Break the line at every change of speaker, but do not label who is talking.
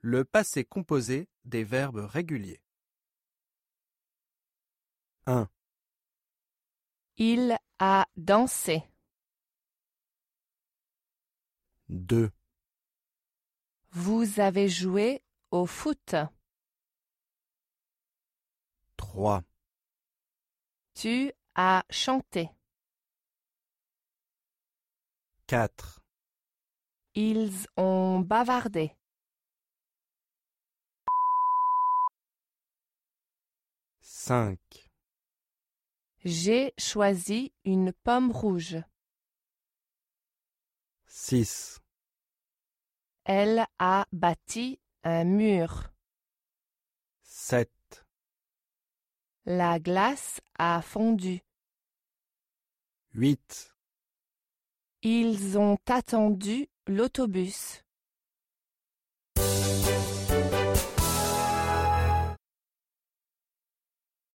le passé composé des verbes réguliers. 1,
Il a dansé.
2,
Vous avez joué au foot.
3,
Tu as chanté.
4,
Ils ont bavardé.
5,
J'ai choisi une pomme rouge.
6,
Elle a bâti un mur.
7,
La glace a fondu.
8,
Ils ont attendu l'autobus.